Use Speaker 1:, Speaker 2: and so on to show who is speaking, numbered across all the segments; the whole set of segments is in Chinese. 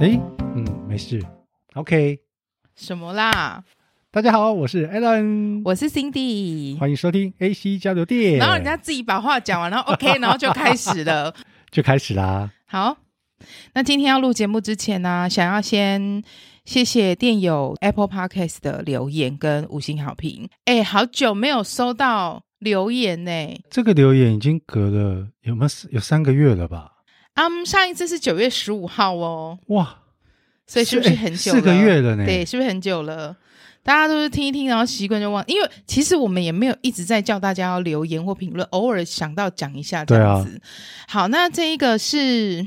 Speaker 1: 诶，嗯，没事，OK。
Speaker 2: 什么啦？
Speaker 1: 大家好，我是 Alan，
Speaker 2: 我是 Cindy，
Speaker 1: 欢迎收听 AC 交流电。
Speaker 2: 然后人家自己把话讲完，然后 OK，然后就开始了。
Speaker 1: 就开始啦。
Speaker 2: 好，那今天要录节目之前呢、想要先谢谢电友 Apple Podcast 的留言跟五星好评。哎，好久没有收到留言呢、
Speaker 1: 这个留言已经隔了有没有有三个月了吧？
Speaker 2: 嗯，上一次是九月十五号哦，
Speaker 1: 哇，
Speaker 2: 所以是不是很久
Speaker 1: 哎四
Speaker 2: 了？
Speaker 1: 四个月了呢？
Speaker 2: 对，是不是很久了？大家都是听一听，然后习惯就忘。因为其实我们也没有一直在叫大家要留言或评论，偶尔想到讲一下这样
Speaker 1: 啊
Speaker 2: 子。好，那这一个是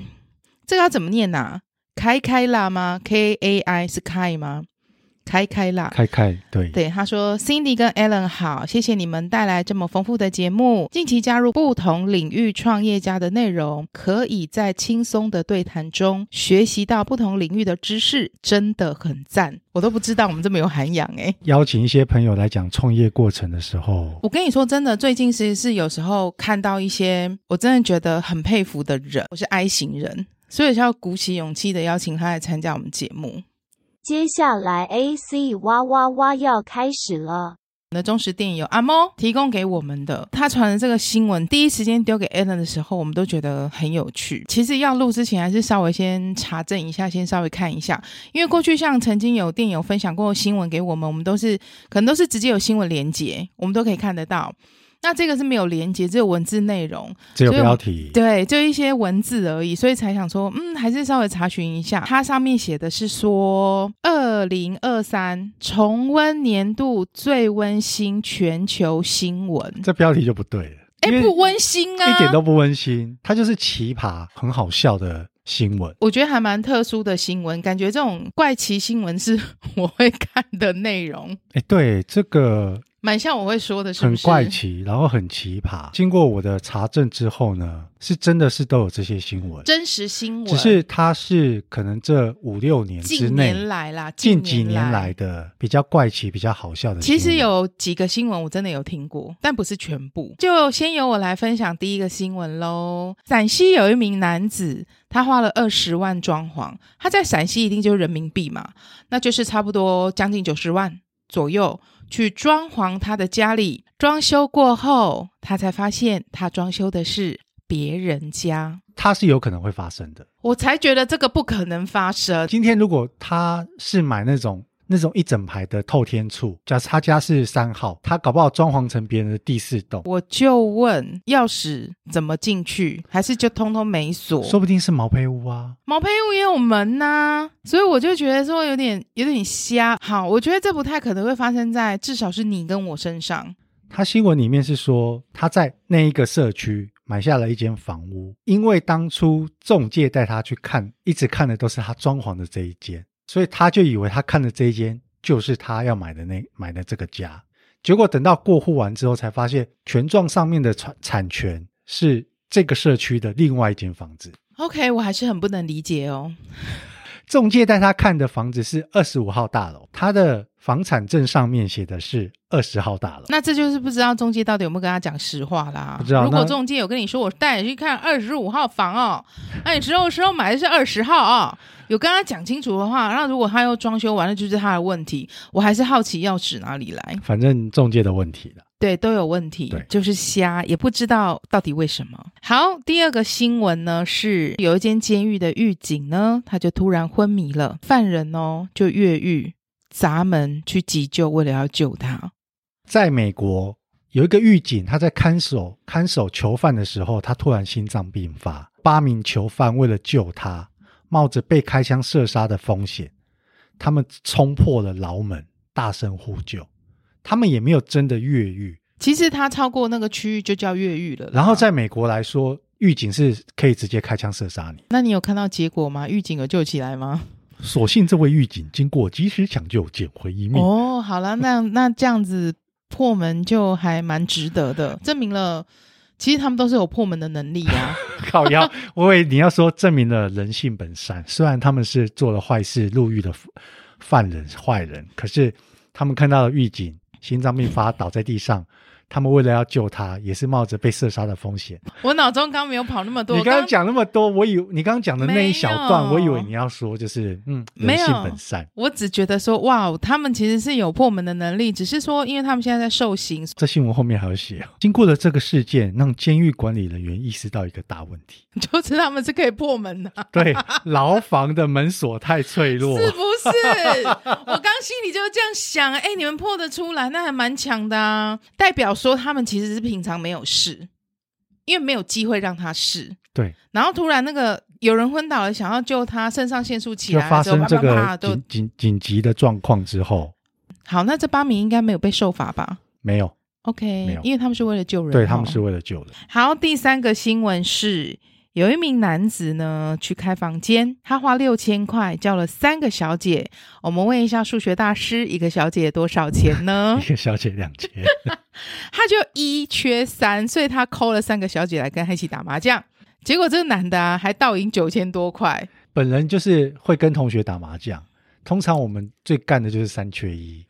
Speaker 2: 这个要怎么念呐、啊？开开啦吗？K A I 是开吗？开开啦。
Speaker 1: 开开对，
Speaker 2: 啊对，他说：“Cindy 跟 Alan 好，谢谢你们带来这么丰富的节目。近期加入不同领域创业家的内容，可以在轻松的对谈中学习到不同领域的知识，真的很赞。我都不知道我们这么有涵养诶、欸
Speaker 1: 邀请一些朋友来讲创业过程的时候，
Speaker 2: 我跟你说真的，最近其实是有时候看到一些我真的觉得很佩服的人，我是 I 型人，所以是要鼓起勇气的邀请他来参加我们节目。
Speaker 3: 接下来 AC 哇哇哇要开始了，
Speaker 2: 我们的忠实电影友阿猫提供给我们的，他传的这个新闻，第一时间丢给 Alan 的时候，我们都觉得很有趣。其实要录之前，还是稍微先查证一下，先稍微看一下，因为过去像曾经有电友分享过新闻给我们，我们都是可能都是直接有新闻连接，我们都可以看得到。那这个是没有连接，只有文字内容，
Speaker 1: 只有
Speaker 2: 所以我
Speaker 1: 标题。
Speaker 2: 对，就一些文字而已，所以才想说，嗯，还是稍微查询一下。它上面写的是说，二零二三重温年度最温馨全球新闻。
Speaker 1: 这标题就不对了，因
Speaker 2: 哎，
Speaker 1: 为
Speaker 2: 不温馨啊，
Speaker 1: 一点都。不温馨，它就是奇葩，很好笑的新闻。
Speaker 2: 我觉得还蛮特殊的新闻，感觉这种怪奇新闻是 我会看的内容，
Speaker 1: 哎，对，这个
Speaker 2: 蛮像我会说的，是
Speaker 1: 很
Speaker 2: 不是？
Speaker 1: 怪奇，然后很奇葩。经过我的查证之后呢，是真的是都有这些新闻，
Speaker 2: 真实新闻，
Speaker 1: 只是它是可能这五六年之
Speaker 2: 近
Speaker 1: 内，
Speaker 2: 年来啦，
Speaker 1: 近几年
Speaker 2: 来
Speaker 1: 来的比较怪奇、比较好笑的新
Speaker 2: 其
Speaker 1: 闻。
Speaker 2: 实有几个新闻我真的有听过，但不是全部。就先由我来分享第一个新闻喽。陕西有一名男子，他花了二十万装潢，他在陕西一定就是人民币嘛，那就是差不多将近九十万左右去装潢他的家里。装修过后，他才发现他装修的是别人家。
Speaker 1: 它是有可能会发生的。
Speaker 2: 我才觉得这个不可能发生，
Speaker 1: 今天如果他是买那种那种一整排的透天厝，假设他家是三号，他搞不好装潢成别人的第四栋，
Speaker 2: 我就问钥匙怎么进去，还是就通通没锁？
Speaker 1: 说不定是毛坯屋啊。
Speaker 2: 毛坯屋也有门呐、所以我就觉得说有点有点瞎。好，我觉得这不太可能会发生在至少是你跟我身上。
Speaker 1: 他新闻里面是说，他在那一个社区买下了一间房屋，因为当初中介带他去看，一直看的都是他装潢的这一间，所以他就以为他看的这一间就是他要买的那 买的这个家。结果等到过户完之后，才发现权状上面的产产权是这个社区的另外一间房子。
Speaker 2: OK，我还是很不能理解哦。
Speaker 1: 中介带他看的房子是二十五号大楼，他的房产证上面写的是二十号大楼。
Speaker 2: 那这就是不知道中介到底有没有跟他讲实话啦。
Speaker 1: 不知道
Speaker 2: 如果
Speaker 1: 那
Speaker 2: 中介有跟你说我带你去看二十五号房哦，那你之后之后买的是二十号哦，有跟他讲清楚的话，那如果他又装修完了，就是他的问题。我还是好奇钥匙哪里来，
Speaker 1: 反正中介的问题了。
Speaker 2: 对，都有问题
Speaker 1: 对，
Speaker 2: 就是瞎，也不知道到底为什么。好，第二个新闻呢是有一间监狱的狱警呢，他就突然昏迷了，犯人哦就越狱砸门去急救，为了要救他。
Speaker 1: 在美国有一个狱警，他在看守看守囚犯的时候，他突然心脏病发，八名囚犯为了救他，冒着被开枪射杀的风险，他们冲破了牢门，大声呼救。他们也没有真的越狱。
Speaker 2: 其实他超过那个区域就叫越狱了啦。
Speaker 1: 然后在美国来说，狱警是可以直接开枪射杀你。
Speaker 2: 那你有看到结果吗？狱警有救起来吗？
Speaker 1: 所幸这位狱警经过及时抢救，捡回一命。
Speaker 2: 哦，好了， 那那这样子破门就还蛮值得的，证明了其实他们都是有破门的能力啊。
Speaker 1: 靠腰， 我以为你要说证明了人性本善，虽然他们是做了坏事入狱的犯人坏人，可是他们看到了狱警心脏病发倒在地上，他们为了要救他，也是冒着被射杀的风险。
Speaker 2: 我脑中刚没有跑那么多，
Speaker 1: 你
Speaker 2: 我
Speaker 1: 刚刚讲那么多，我以为你刚刚讲的那一小
Speaker 2: 没
Speaker 1: 段，
Speaker 2: 有
Speaker 1: 我以为你要说就是嗯，
Speaker 2: 没
Speaker 1: 人
Speaker 2: 有
Speaker 1: 性本善，
Speaker 2: 我只觉得说，哇，哦他们其实是有破门的能力，只是说，因为他们现在在受刑，
Speaker 1: 这新闻后面还有写，哦经过了这个事件，让监狱管理人员意识到一个大问 题：
Speaker 2: 就是他们是可以破门的、啊
Speaker 1: 对，牢房的门锁太脆弱。
Speaker 2: 是不是？我刚心里就是这样想，哎、你们破得出来，那还蛮强的啊，代表说他们其实是平常没有事，因为没有机会让他试，
Speaker 1: 对，
Speaker 2: 然后突然那个有人昏倒了，想要救他，肾上腺素起
Speaker 1: 就
Speaker 2: 来
Speaker 1: 发
Speaker 2: 了之后，
Speaker 1: 生
Speaker 2: 啪
Speaker 1: 这
Speaker 2: 啪啪
Speaker 1: 个
Speaker 2: 都
Speaker 1: 紧紧紧急的状况之后，
Speaker 2: 好，那这八名应该没有被受罚吧
Speaker 1: 没有，没
Speaker 2: ？OK，
Speaker 1: 有
Speaker 2: 因为他们是为了救人，
Speaker 1: 对他们
Speaker 2: 哦
Speaker 1: 是为了救人。
Speaker 2: 好，第三个新闻是，有一名男子呢去开房间，他花六千块叫了三个小姐。我们问一下数学大师，一个小姐多少 钱呢
Speaker 1: 一？个小姐两千，
Speaker 2: 他就一缺三，所以他抠了三个小姐来跟他一起打麻将。结果这个男的啊，还倒赢九千多块，
Speaker 1: 本人就是会跟同学打麻将，通常我们最干的就是三缺一。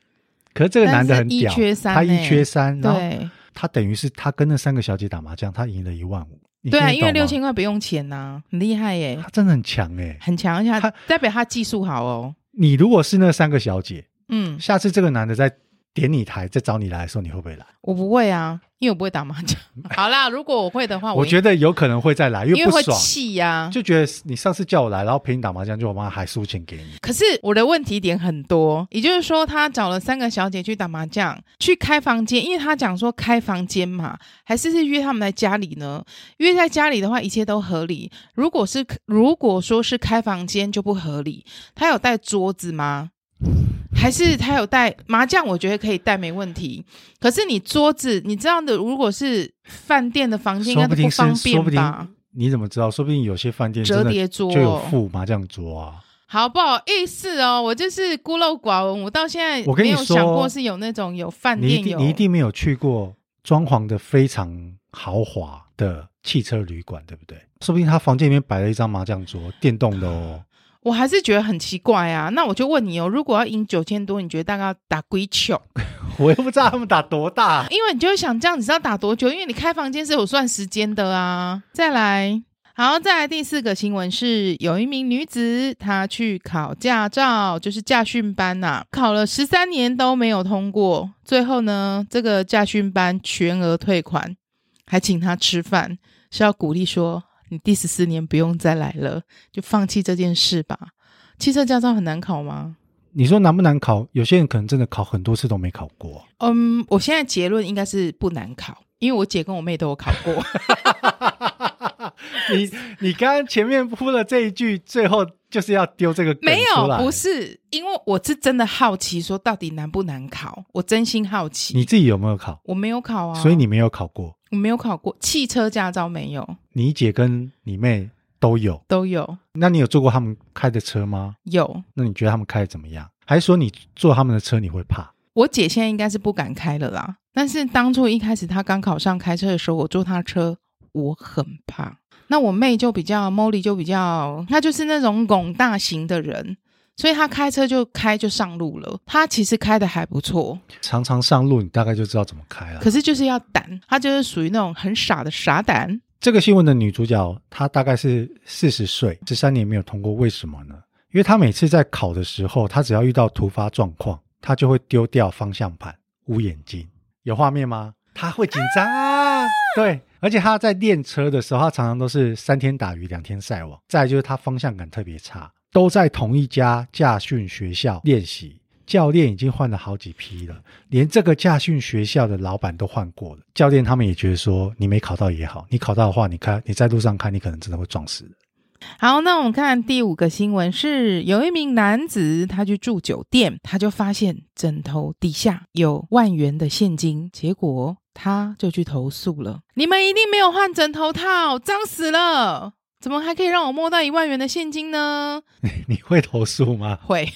Speaker 1: 可是这个男的很
Speaker 2: 但是一
Speaker 1: 屌，
Speaker 2: 缺三
Speaker 1: 他
Speaker 2: 欸
Speaker 1: 一缺三，然后
Speaker 2: 对
Speaker 1: 他等于是他跟那三个小姐打麻将，他赢了一万五。你
Speaker 2: 对啊，
Speaker 1: 听
Speaker 2: 因为
Speaker 1: 得懂
Speaker 2: 六
Speaker 1: 吗
Speaker 2: 千块不用钱呐、很厉害耶、
Speaker 1: 他真的很强哎、
Speaker 2: 很强，而且他
Speaker 1: 他
Speaker 2: 代表他技术好哦。
Speaker 1: 你如果是那三个小姐，
Speaker 2: 嗯，
Speaker 1: 下次这个男的再点你台再找你来的时候，你会不会来？
Speaker 2: 我不会啊，因为我不会打麻 将。好啦，如啊果我会的话，
Speaker 1: 我
Speaker 2: 应
Speaker 1: 觉得有可能会再来，因
Speaker 2: 因
Speaker 1: 为
Speaker 2: 为
Speaker 1: 不
Speaker 2: 会
Speaker 1: 爽，
Speaker 2: 气呀、
Speaker 1: 就觉得你上次叫我来，然后陪你打麻将，就我妈还输钱给你。
Speaker 2: 可是我的问题点很多，也就是说，他找了三个小姐去打麻将，去开房间，因为他讲说开房间嘛，还是是约他们来家里呢？约在家里的话，一切都合理。如果是如果说是开房间就不合理，他有带桌子吗？还是他有带麻将？我觉得可以带，没问题。可是你桌子，你这样的如果是饭店的房间，应
Speaker 1: 说
Speaker 2: 该
Speaker 1: 不
Speaker 2: 都不
Speaker 1: 定
Speaker 2: 方
Speaker 1: 是，说不
Speaker 2: 便吧
Speaker 1: 定？你怎么知道？说不定有些饭店
Speaker 2: 折
Speaker 1: 真的
Speaker 2: 叠桌
Speaker 1: 就有附麻将桌啊。
Speaker 2: 好不好意思哦，我就是孤陋寡闻，我到现在
Speaker 1: 我跟
Speaker 2: 没
Speaker 1: 你
Speaker 2: 有想
Speaker 1: 说
Speaker 2: 过是有那种有饭
Speaker 1: 你一
Speaker 2: 店
Speaker 1: 定
Speaker 2: 有，
Speaker 1: 你一定没有去过装潢的非常豪华的汽车旅馆，对不对？说不定他房间里面摆了一张麻将桌，电动的 哦。
Speaker 2: 我还是觉得很奇怪啊。那我就问你哦，如果要赢九千多，你觉得大概要打几球？
Speaker 1: 我又不知道他们打多大。
Speaker 2: 因为你就会想这样，你知道打多久？因为你开房间是有算时间的啊。再来，好，再来第四个新闻是，有一名女子她去考驾照，就是驾训班呐、考了十三年都没有通过，最后呢，这个驾训班全额退款，还请她吃饭，是要鼓励说你第十四年不用再来了，就放弃这件事吧。汽车驾照很难考吗？
Speaker 1: 你说难不难考？有些人可能真的考很多次都没考过。
Speaker 2: 嗯，我现在结论应该是不难考，因为我姐跟我妹都有考过。
Speaker 1: 你你刚刚前面铺了这一句，最后就是要丢这个梗
Speaker 2: 没
Speaker 1: 出
Speaker 2: 有，
Speaker 1: 来
Speaker 2: 不。是，因为我是真的好奇，说到底难不难考？我真心好奇。
Speaker 1: 你自己有没有考？
Speaker 2: 我没有考啊，
Speaker 1: 所以你没有考过。
Speaker 2: 我没有考过汽车驾照，没有，
Speaker 1: 你姐跟你妹都有。
Speaker 2: 都有
Speaker 1: 那你有坐过他们开的车吗？
Speaker 2: 有。
Speaker 1: 那你觉得他们开的怎么样？还是说你坐他们的车你会怕？
Speaker 2: 我姐现在应该是不敢开了啦，但是当初一开始她刚考上开车的时候，我坐她车，我很怕。那我妹就比较，Molly 就比较，她就是那种拱大型的人，所以她开车就开就上路了。她其实开的还不错，
Speaker 1: 常常上路，你大概就知道怎么开了
Speaker 2: 可。是就是要胆，她就是属于那种很傻的傻胆。
Speaker 1: 这个新闻的女主角她大概是四十岁，十三年没有通过，为什么呢？因为她每次在考的时候，她只要遇到突发状况，她就会丢掉方向盘、捂眼睛。有画面吗？她会紧张啊，对。而且她在练车的时候，她常常都是三天打鱼两天晒网。再来就是她方向感特别差，都在同一家驾训学校练习，教练已经换了好几批了。连这个驾训学校的老板都换过了，教练他们也觉得说，你没考到也好，你考到的话，你开你在路上开，你可能真的会撞死人。
Speaker 2: 好，那我们看第五个新闻是，有一名男子他去住酒店，他就发现枕头底下有万元的现金，结果他就去投诉了。你们一定没有换枕头套，脏死了！怎么还可以让我摸到一万元的现金呢？
Speaker 1: 你会投诉吗？
Speaker 2: 会，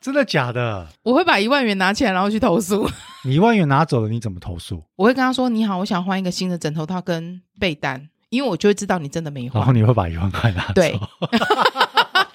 Speaker 1: 真的假的？
Speaker 2: 我会把一万元拿起来，然后去投诉。
Speaker 1: 你一万元拿走了，你怎么投诉？
Speaker 2: 我会跟他说：“你好，我想换一个新的枕头套跟被单，因为我就会知哦道你真的没
Speaker 1: 然后
Speaker 2: 换。
Speaker 1: 你会把一万块拿走？
Speaker 2: 对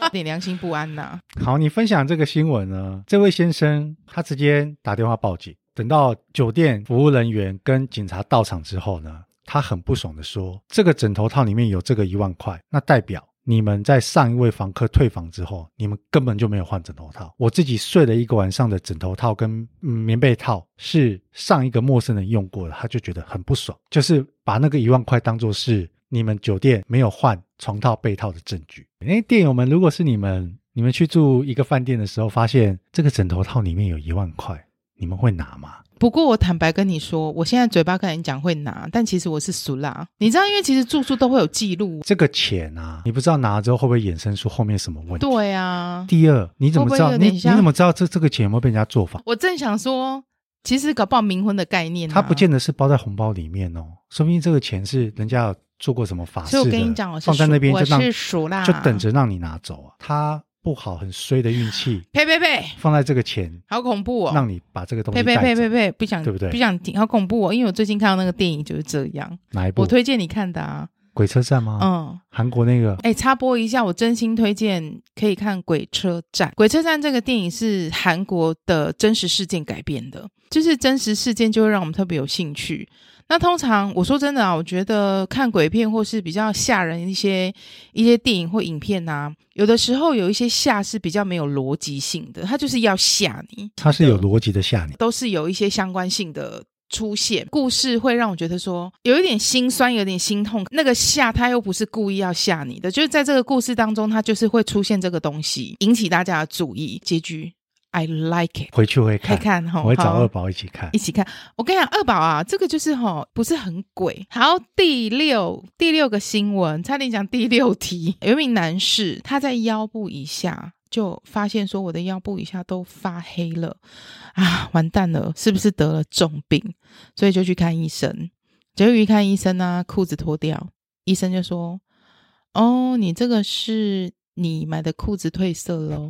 Speaker 2: 有点良心不安呐、
Speaker 1: 好，你分享这个新闻呢？这位先生他直接打电话报警，等到酒店服务人员跟警察到场之后呢，他很不爽的说：“这个枕头套里面有这个一万块，那代表你们在上一位房客退房之后，你们根本就没有换枕头套。我自己睡了一个晚上的枕头套跟、嗯棉被套是上一个陌生人用过的，他就觉得很不爽，就是把那个一万块当做是你们酒店没有换床套被套的证据。那哎店友们，如果是你们，你们去住一个饭店的时候，发现这个枕头套里面有一万块。”你们会拿吗？
Speaker 2: 不过我坦白跟你说，我现在嘴巴跟你讲会拿，但其实我是俗啦。你知道，因为其实住宿都会有记录。
Speaker 1: 这个钱啊，你不知道拿了之后会不会衍生出后面什么问题？。
Speaker 2: 对啊，
Speaker 1: 第二，你怎么知道
Speaker 2: 会不
Speaker 1: 你
Speaker 2: 会有点
Speaker 1: 你
Speaker 2: 像
Speaker 1: 怎么知道这这个钱有没有被人家做法？
Speaker 2: 我正想说，其实搞不好冥婚的概念、啊，
Speaker 1: 它不见得是包在红包里面哦，说不定这个钱是人家有做过什么法事的，
Speaker 2: 所以我跟你讲我是
Speaker 1: 放在那边
Speaker 2: 熟
Speaker 1: 就让
Speaker 2: 我是熟啦
Speaker 1: 就等着让你拿走啊。他不好很衰的运气
Speaker 2: 呸呸呸，
Speaker 1: 放在这个钱，
Speaker 2: 好恐怖哦！
Speaker 1: 让你把这个东西
Speaker 2: 呸
Speaker 1: 带
Speaker 2: 呸
Speaker 1: 走。
Speaker 2: 呸呸呸，不想
Speaker 1: 对不对
Speaker 2: 不想听，好恐怖哦！因为我最近看到那个电影就是这样，
Speaker 1: 哪一部
Speaker 2: 我？推荐你看的啊。
Speaker 1: 鬼车站吗？
Speaker 2: 嗯，
Speaker 1: 韩国那个
Speaker 2: 哎、插播一下，我真心推荐可以看《鬼车站》。《鬼车站》这个电影是韩国的真实事件改编的，就是真实事件就会让我们特别有兴趣。那通常我说真的啊，我觉得看鬼片或是比较吓人一些一些电影或影片啊，有的时候有一些吓是比较没有逻辑性的，它就是要吓你，
Speaker 1: 它是有逻辑的吓你，
Speaker 2: 都是有一些相关性的出现，故事会让我觉得说有一点心酸，有点心痛。那个吓他又不是故意要吓你的，就是在这个故事当中，他就是会出现这个东西，引起大家的注意。结局，I like it，
Speaker 1: 回去会
Speaker 2: 可以
Speaker 1: 看，
Speaker 2: 看哈，
Speaker 1: 我会找
Speaker 2: 好啊
Speaker 1: 二宝一起看
Speaker 2: 一。起看。我跟你讲，二宝啊，这个就是哈、不是很鬼。好，第六第六个新闻，差点讲第六题。有一名男士，他在腰部以下就发现说，我的腰部以下都发黑了，啊，完蛋了，是不是得了重病？所以就去看医生。结果一看医生呢、裤子脱掉，医生就说：“哦，你这个是你买的裤子褪色 喽。”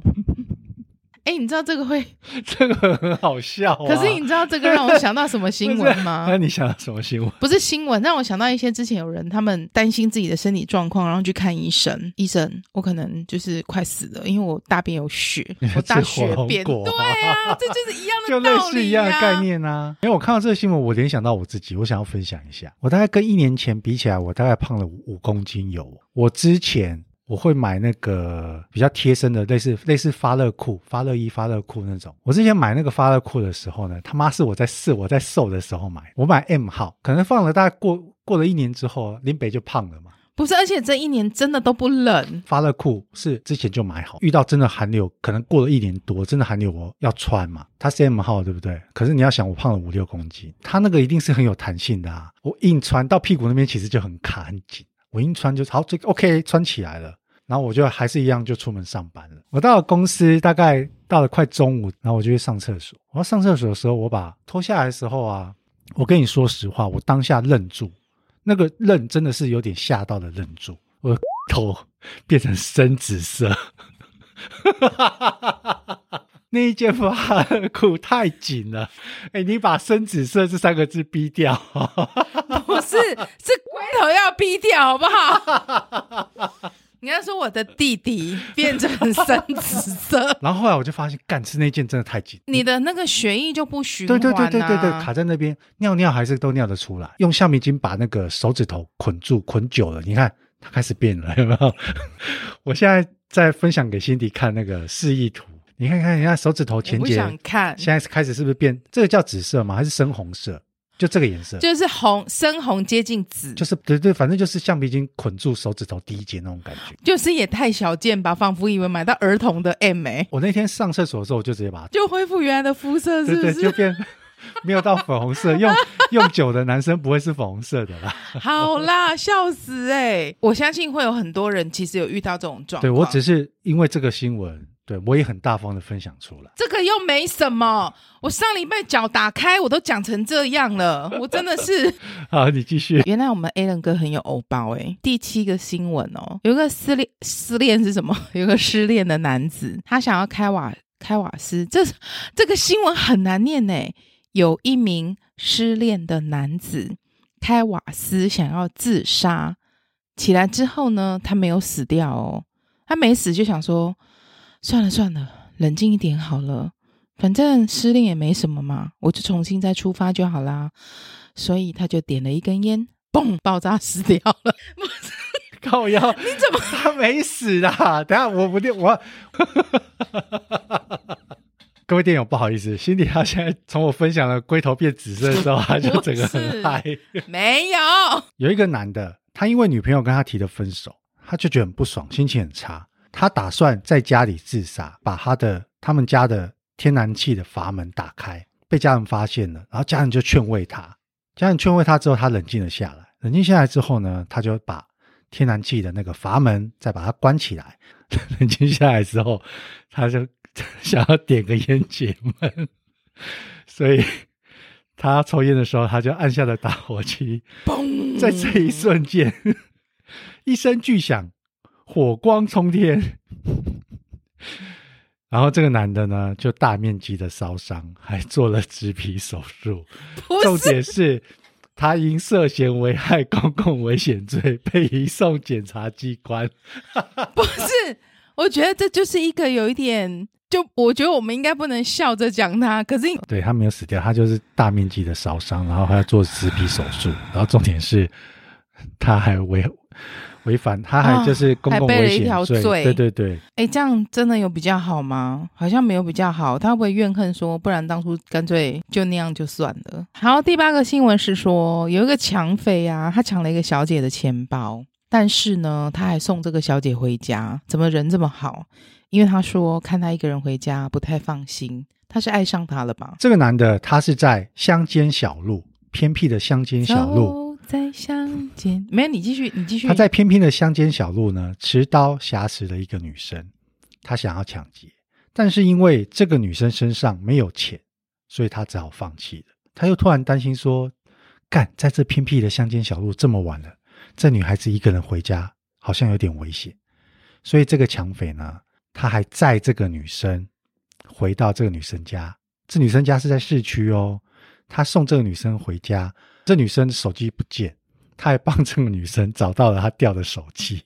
Speaker 2: 哎、你知道这个会
Speaker 1: 这个很好笑啊。
Speaker 2: 可是你知道这个让我想到什么新闻吗
Speaker 1: 不是那？你想到什么新闻？
Speaker 2: 不是新闻，让我想到一些之前有人他们担心自己的身体状况，然后去看医生。医生，我可能就是快死了，因为我大便 有血，我大
Speaker 1: 吃
Speaker 2: 血
Speaker 1: 火龙
Speaker 2: 便。
Speaker 1: 果
Speaker 2: 对啊，这就是一样
Speaker 1: 就
Speaker 2: 的
Speaker 1: 类
Speaker 2: 道理、啊、
Speaker 1: 似一样的概。念啊。因为我看到这个新闻，我联想到我自己，我想要分享一下。我大概跟一年前比起来，我大概胖了五五公斤有。我之前我会买那个比较贴身的，类似类似发热裤、发热衣、发热裤那种。我之前买那个发热裤的时候呢，他妈是我在试我在瘦的时候买，我买 M 号，可能放了大概过过了一年之后，林北就胖了嘛。
Speaker 2: 不是，而且这一年真的都不冷。
Speaker 1: 发热裤是之前就买好，遇到真的寒流，可能过了一年多，真的寒流我要穿嘛。它是 M 号，对不对？可是你要想，我胖了五六公斤，它那个一定是很有弹性的啊。我硬穿到屁股那边其实就很卡很紧，我硬穿就好，这个 OK 穿起来了。然后我就还是一样就出门上班了。我到了公司大概到了快中午，然后我就去上厕所。我要上厕所的时候，我把脱下来的时候啊，我跟你说实话，我当下愣住，那个愣真的是有点吓到的愣住，我的头变成深紫色。 那一件发热裤太紧了，哎，你把“深紫色”这三个字逼掉。
Speaker 2: 不是，是龟头要逼掉，好不好？ 你要说我的弟弟变成深紫色，
Speaker 1: 然后后来我就发现，干是那件真的太紧，
Speaker 2: 你的那个血液就不循
Speaker 1: 对
Speaker 2: 环、啊。
Speaker 1: 对对对对对，卡在那边，尿尿还是都尿得出来。用橡皮筋把那个手指头捆住，捆久了，你看它开始变了，有 没有？我现在在分享给辛迪看那个示意图，你看看人家手指头
Speaker 2: 我
Speaker 1: 前
Speaker 2: 不
Speaker 1: 节，
Speaker 2: 想看，
Speaker 1: 现在开始是不是变？这个叫紫色吗？还是深红色？就这个颜色，
Speaker 2: 就是红深红接近紫，
Speaker 1: 就是对对，反正就是橡皮筋捆住手指头第一节那种感觉。
Speaker 2: 就是也太小件吧，仿佛以为买到儿童的 M 欸
Speaker 1: 我那天上厕所的时候，我就直接把它
Speaker 2: 就恢复原来的肤色， 是不？
Speaker 1: 对对，就是变没有到粉红色。用用久的男生不会是粉红色的啦。
Speaker 2: 好啦，笑死哎、我相信会有很多人其实有遇到这种状况，
Speaker 1: 对我只
Speaker 2: 是
Speaker 1: 是因为这个新闻，对我也很大方的分享出来。
Speaker 2: 这个又没什么。我上礼拜脚打开，我都讲成这样了，我真的是。
Speaker 1: 好，你继续。
Speaker 2: 原来我们 Alan 哥很有欧包哎、第七个新闻哦，有一个失恋失恋是什么？ 有一个失恋的男子，他想要开瓦开瓦斯，这这个新闻很难念呢、欸有一名失恋的男子开瓦斯想要自杀，起来之后呢，他没有死掉哦，他没死就想说算了算了，冷静一点好了，反正失恋也没什么嘛，我就重新再出发就好啦。所以他就点了一根烟，嘣，爆炸死掉了。
Speaker 1: 靠腰，你
Speaker 2: 怎么
Speaker 1: 他没死啦？等一下我不定我，各位电友不好意思，辛迪他现在从我分享了龟头变紫色之后，他就整个
Speaker 2: 不是
Speaker 1: 很嗨。
Speaker 2: 没有，
Speaker 1: 有一个男的，他因为女朋友跟他提了分手，他就觉得很不爽，心情很差，他打算在家里自杀，把他的他们家的天然气的阀门打开，被家人发现了，然后家人就劝慰他，家人劝慰他之后，他冷静了下来，冷静下来之后呢，他就把天然气的那个阀门再把它关起来， 冷静下来之后，他就 想要点个烟解闷， 所以。他抽烟的时候，他就按下了打火机，
Speaker 2: 嘣，
Speaker 1: 在这一瞬间， 一声巨响，火光冲天。 然后这个男的呢，就大面积的烧伤，还做了植皮手术。
Speaker 2: 不
Speaker 1: 重
Speaker 2: 是
Speaker 1: 点是，他因涉嫌危害公共危险罪被移送检察机关。
Speaker 2: 不是，我觉得这就是一个有一点，就我觉得我们应该不能笑着讲他，可是
Speaker 1: 对他没有死掉，他就是大面积的烧伤，然后还要做植皮手术。然后重点是，他还违违反，他还就是公
Speaker 2: 啊还
Speaker 1: 共
Speaker 2: 背了
Speaker 1: 危
Speaker 2: 一条
Speaker 1: 险罪。
Speaker 2: 罪
Speaker 1: 对对对，
Speaker 2: 哎，这样真的有比较好吗？好像没有比较好。他会不会怨恨说，不然当初干脆就那样就算了？好，第八个新闻是说，有一个抢匪啊，他抢了一个小姐的钱包，但是呢，他还送这个小姐回家，怎么人这么好？因为他说看她一个人回家不太放心，他是爱上她了吧？
Speaker 1: 这个男的他是在乡间小路，偏僻的乡间小路。
Speaker 2: 走在乡间， 没有你继续，你继续。
Speaker 1: 他在偏僻的乡间小路呢，持刀挟持了一个女生，他想要抢劫，但是因为这个女生身上没有钱，所以他只好放弃了。他又突然担心说：“干，在这偏僻的乡间小路这么晚了，这女孩子一个人回家好像有点危险。”所以这个抢匪呢，他还载这个女生回到这个女生家。这女生家是在市区哦，他送这个女生回家，这女生手机不见，他还帮这个女生找到了她掉的手机。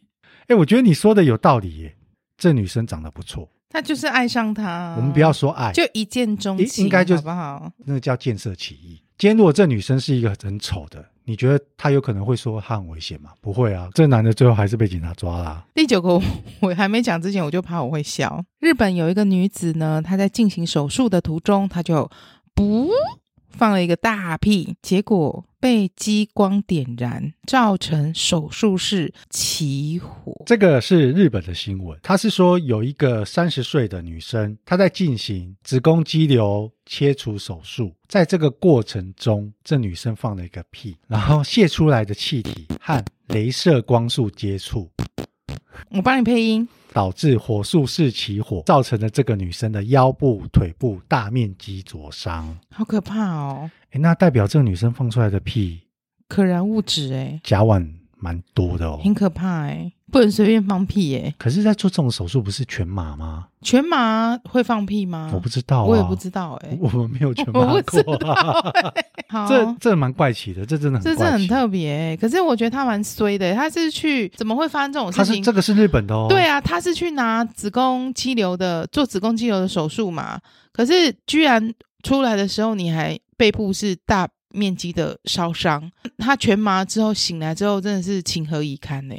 Speaker 1: 哎，我觉得你说的有道理耶，这女生长得不错。
Speaker 2: 他就是爱上他。
Speaker 1: 我们不要说爱，
Speaker 2: 就一见钟
Speaker 1: 应
Speaker 2: 情，
Speaker 1: 应该就
Speaker 2: 好不好？
Speaker 1: 那个叫建设起义。今天如果这女生是一个很丑的，你觉得她有可能会说她很危险吗？不会啊，这男的最后还是被警察抓啦、
Speaker 2: 第九个我， 我还没讲之前，我就怕我会笑。日本有一个女子呢，她在进行手术的途中，她就不放了一个大屁，结果被激光点燃，造成手术室起火。
Speaker 1: 这个是日本的新闻，他是说有一个三十岁的女生，她在进行子宫肌瘤切除手术，在这个过程中，这女生放了一个屁，然后泄出来的气体和镭射光束接触，
Speaker 2: 我帮你配音，
Speaker 1: 导致火速室起火，造成了这个女生的腰部、腿部大面积灼伤。
Speaker 2: 好可怕哦！
Speaker 1: 诶，那代表这个女生放出来的屁
Speaker 2: 可燃物质哎、
Speaker 1: 甲烷蛮多的哦。
Speaker 2: 很可怕哎、不能随便放屁哎、
Speaker 1: 可是，在做这种手术不是全麻吗？
Speaker 2: 全麻会放屁吗？
Speaker 1: 我不知道、啊，
Speaker 2: 嗯我也不知道哎、
Speaker 1: 我，我们没有全
Speaker 2: 我
Speaker 1: 麻
Speaker 2: 不知
Speaker 1: 过、
Speaker 2: 道、
Speaker 1: 啊。
Speaker 2: 欸。 好，
Speaker 1: 这这蛮怪奇的，这真的很
Speaker 2: 这
Speaker 1: 怪
Speaker 2: 是很
Speaker 1: 奇。
Speaker 2: 特别、欸，可是我觉得他蛮衰的欸、他是去怎么会发生这种
Speaker 1: 它
Speaker 2: 事
Speaker 1: 是
Speaker 2: 情？
Speaker 1: 这个是日本的哦，
Speaker 2: 对，啊，他是去拿子宫肌瘤的做子宫肌瘤的手术嘛，可是居然出来的时候你还背部是大面积的烧伤，他全麻之后醒来之后真的是情何以堪呢、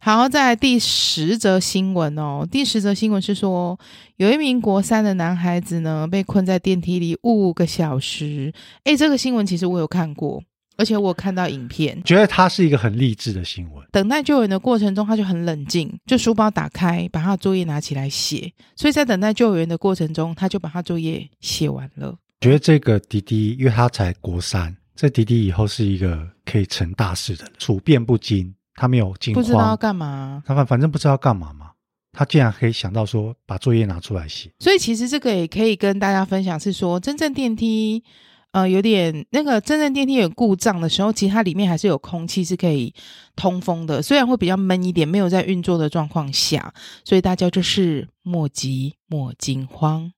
Speaker 2: 好，在第十则新闻哦，第十则新闻是说，有一名国三的男孩子呢被困在电梯里五个小时。诶，这个新闻其实我有看过，而且我有看到影片。
Speaker 1: 觉得它是一个很励志的新闻。
Speaker 2: 等待救援的过程中，他就很冷静，就书包打开，把他的作业拿起来写。所以在等待救援的过程中，他就把他作业写完了。
Speaker 1: 觉得这个迪迪，因为他才国三，这迪迪以后是一个可以成大事的人，处变不惊，他没有惊
Speaker 2: 不知道要
Speaker 1: 慌，
Speaker 2: 干嘛。
Speaker 1: 他反反正不知道干嘛嘛，他竟然可以想到说把作业拿出来写。
Speaker 2: 所以其实这个也可以跟大家分享，是说真正电梯，呃，有点那个真正电梯有故障的时候，其实它里面还是有空气是可以通风的，虽然会比较闷一点，没有在运作的状况下，所以大家就是莫急莫惊慌。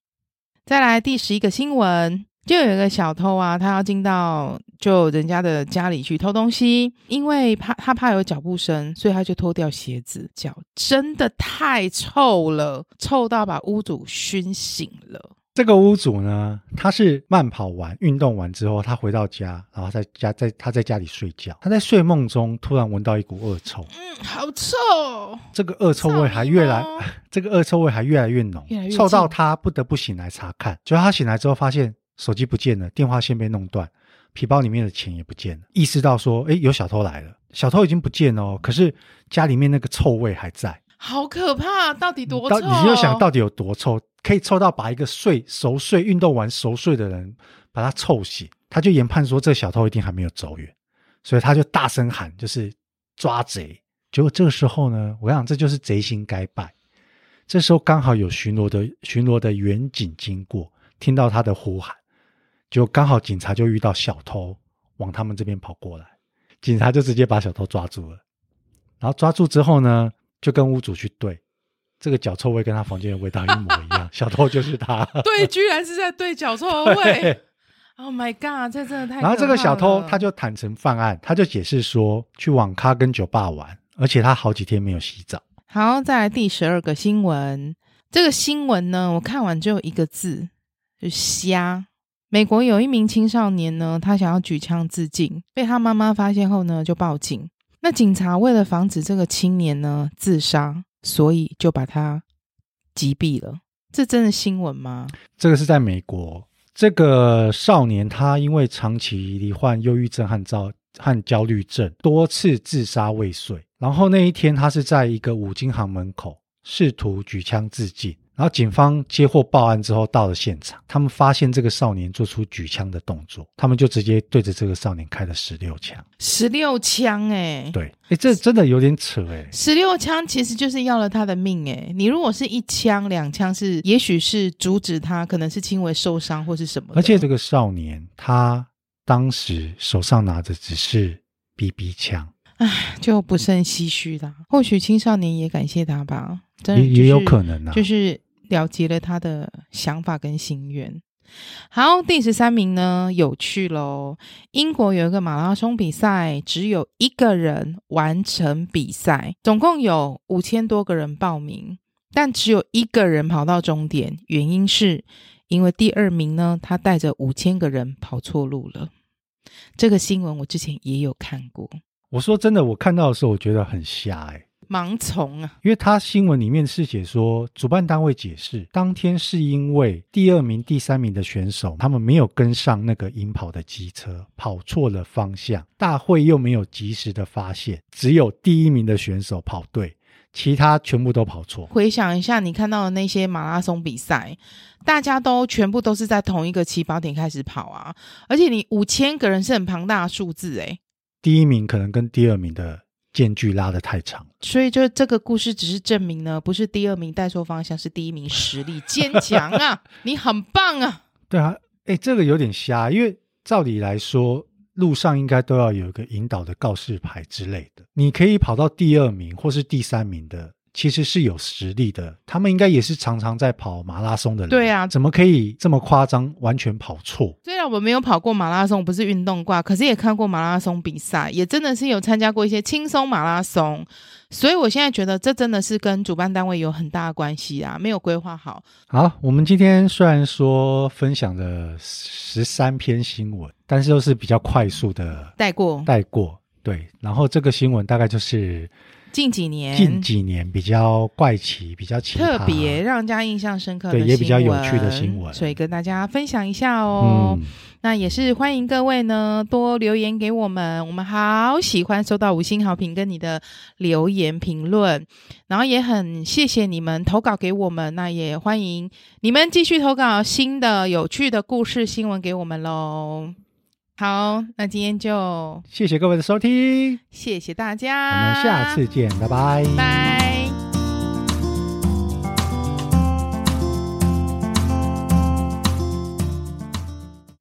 Speaker 2: 再来第十一个新闻，就有一个小偷啊，他要进到就人家的家里去偷东西，因为怕他怕有脚步声，所以他就脱掉鞋子，脚真的太臭了，臭到把屋主熏醒了。
Speaker 1: 这个屋主呢，他是慢跑完、运动完之后，他回到家，然后在家在他在家里睡觉，他在睡梦中突然闻到一股恶臭，
Speaker 2: 嗯，好臭，
Speaker 1: 这个恶臭味还越来
Speaker 2: 噪音哦
Speaker 1: 这个恶臭味还越来越浓，
Speaker 2: 越来越
Speaker 1: 臭到
Speaker 2: 近
Speaker 1: 他不得不醒来查看。结果他醒来之后发现手机不见了，电话线被弄断，皮包里面的钱也不见了，意识到说，诶，有小偷来了。小偷已经不见了哦，可是家里面那个臭味还在。
Speaker 2: 好可怕，到底多
Speaker 1: 到
Speaker 2: 臭？
Speaker 1: 你就想到底有多臭，可以臭到把一个睡熟睡运动完熟睡的人把他臭醒。他就研判说这小偷一定还没有走远，所以他就大声喊，就是抓贼。结果这个时候呢，我想这就是贼心该败。这时候刚好有巡逻的巡逻的远警经过，听到他的呼喊，就刚好警察就遇到小偷往他们这边跑过来，警察就直接把小偷抓住了。然后抓住之后呢，就跟屋主去对，这个脚臭味跟他房间的味道一模一 样，小偷就是他。
Speaker 2: 对，居然是在对脚臭的味。Oh my god，这真的太……
Speaker 1: 然后这个小偷他就坦诚犯案，他就解释说去网咖跟酒吧玩，而且他好几天没有洗澡。
Speaker 2: 好，再来第十二个新闻。这个新闻呢，我看完只有一个字，就瞎。美国有一名青少年呢，他想要举枪自尽，被他妈妈发现后呢，就报警。那警察为了防止这个青年呢自杀，所以就把他击毙了。这真的新闻吗？
Speaker 1: 这个是在美国，这个少年他因为长期罹患忧郁症和躁和焦虑症，多次自杀未遂。然后那一天，他是在一个五金行门口试图举枪自尽。然后警方接获报案之后到了现场，他们发现这个少年做出举枪的动作，他们就直接对着这个少年开了十六枪。
Speaker 2: 十六枪哎、
Speaker 1: 对，哎，这真的有点扯哎、
Speaker 2: 十六枪其实就是要了他的命诶、你如果是一枪两枪是，也许是阻止他，可能是轻微受伤或是什么的。
Speaker 1: 而且这个少年他当时手上拿着只是 BB 枪。
Speaker 2: 就不胜唏嘘啦。或许青少年也感谢他吧，真的、
Speaker 1: 也
Speaker 2: 就是、
Speaker 1: 也有可能啊
Speaker 2: 就是了结了他的想法跟心愿。好，第十三名呢，有趣喽！英国有一个马拉松比赛，只有一个人完成比赛，总共有五千多个人报名，但只有一个人跑到终点，原因是因为第二名呢，他带着五千个人跑错路了。这个新闻我之前也有看过，
Speaker 1: 我说真的，我看到的时候我觉得很瞎哎、
Speaker 2: 盲从啊！
Speaker 1: 因为他新闻里面是写说，主办单位解释，当天是因为第二名、第三名的选手他们没有跟上那个引跑的机车，跑错了方向，大会又没有及时的发现，只有第一名的选手跑对，其他全部都跑错。
Speaker 2: 回想一下，你看到的那些马拉松比赛，大家都全部都是在同一个起跑点开始跑啊，而且你五千个人是很庞大的数字欸诶，
Speaker 1: 第一名可能跟第二名的间距拉得太长了，
Speaker 2: 所以就这个故事只是证明呢，不是第二名带错方向，是第一名实力坚强啊， 你很棒啊，
Speaker 1: 对啊，哎，这个有点瞎，因为照理来说，路上应该都要有一个引导的告示牌之类的。你可以跑到第二名或是第三名的，其实是有实力的，他们应该也是常常在跑马拉松的人。
Speaker 2: 对啊
Speaker 1: 怎么可以这么夸张，完全跑错？
Speaker 2: 虽然我没有跑过马拉松，不是运动挂，可是也看过马拉松比赛，也真的是有参加过一些轻松马拉松，所以我现在觉得这真的是跟主办单位有很大的关系啊，没有规划好。
Speaker 1: 好，我们今天虽然说分享了十三篇新闻，但是都是比较快速的
Speaker 2: 带过
Speaker 1: 带过。对，然后这个新闻大概就是
Speaker 2: 近几年，
Speaker 1: 近几年比较怪奇、比较奇葩、
Speaker 2: 特别让人家印象深刻
Speaker 1: 啊
Speaker 2: 的
Speaker 1: 对
Speaker 2: 新闻，
Speaker 1: 也比较有趣的新闻
Speaker 2: 所以跟大家分享一下哦。
Speaker 1: 嗯
Speaker 2: 那也是欢迎各位呢多留言给我们，我们好喜欢收到五星好评跟你的留言评论，然后也很谢谢你们投稿给我们，那也欢迎你们继续投稿新的有趣的故事新闻给我们喽。好，那今天就
Speaker 1: 谢谢各位的收听，
Speaker 2: 谢谢大
Speaker 1: 我
Speaker 2: 家，
Speaker 1: 们下次见，拜拜。
Speaker 2: 拜。